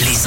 Les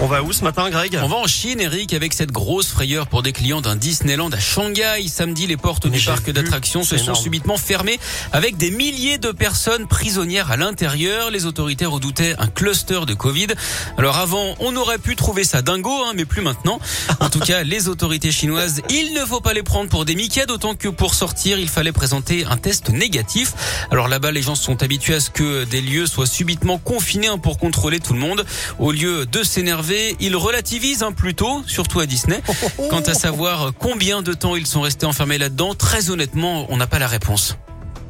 On va où ce matin, Greg On va en Chine, Eric, avec cette grosse frayeur pour des clients d'un Disneyland à Shanghai. Samedi, les portes Mais du j'ai parc vu, d'attractions se c'est sont énorme. subitement fermées avec des milliers de personnes prisonnières à l'intérieur. Les autorités redoutaient un cluster de Covid. Alors avant, on aurait pu trouver ça dingo, hein, mais plus maintenant. En tout cas, les autorités chinoises, il ne faut pas les prendre pour des Mickey, d'autant que pour sortir, il fallait présenter un test négatif. Alors là-bas, les gens sont habitués à ce que des lieux soient subitement confinés hein, pour contrôler tout le monde. Au lieu de s'énerver, ils relativisent hein, plutôt, surtout à Disney. Oh, Quant à savoir combien de temps ils sont restés enfermés là-dedans, très honnêtement, on n'a pas la réponse.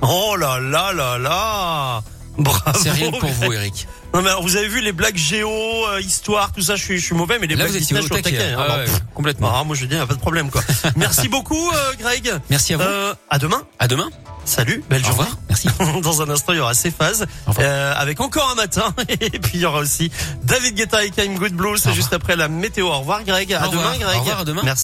Oh là là là là Bravo C'est rien que pour Greg. vous, Eric. Non, Ah mais alors, vous avez vu les blagues géo, euh, histoire, tout ça, je suis, je suis mauvais, mais les Là, blagues vous étiez Disney, au je suis taquet. hein. Ah Alors, ouais, pff, complètement. bah, moi je dis, pas de problème quoi. Merci beaucoup euh, Greg. Merci à vous. Euh, à demain. À demain. Salut, belle Au journée. revoir. Merci. Dans un instant, il y aura ces phases euh, Au revoir. avec encore un matin et puis il y aura aussi David Guetta et Kim Good Blue, Au c'est revoir. juste après la météo. Au revoir Greg. À Au demain revoir. Greg. Au revoir, à demain. Merci.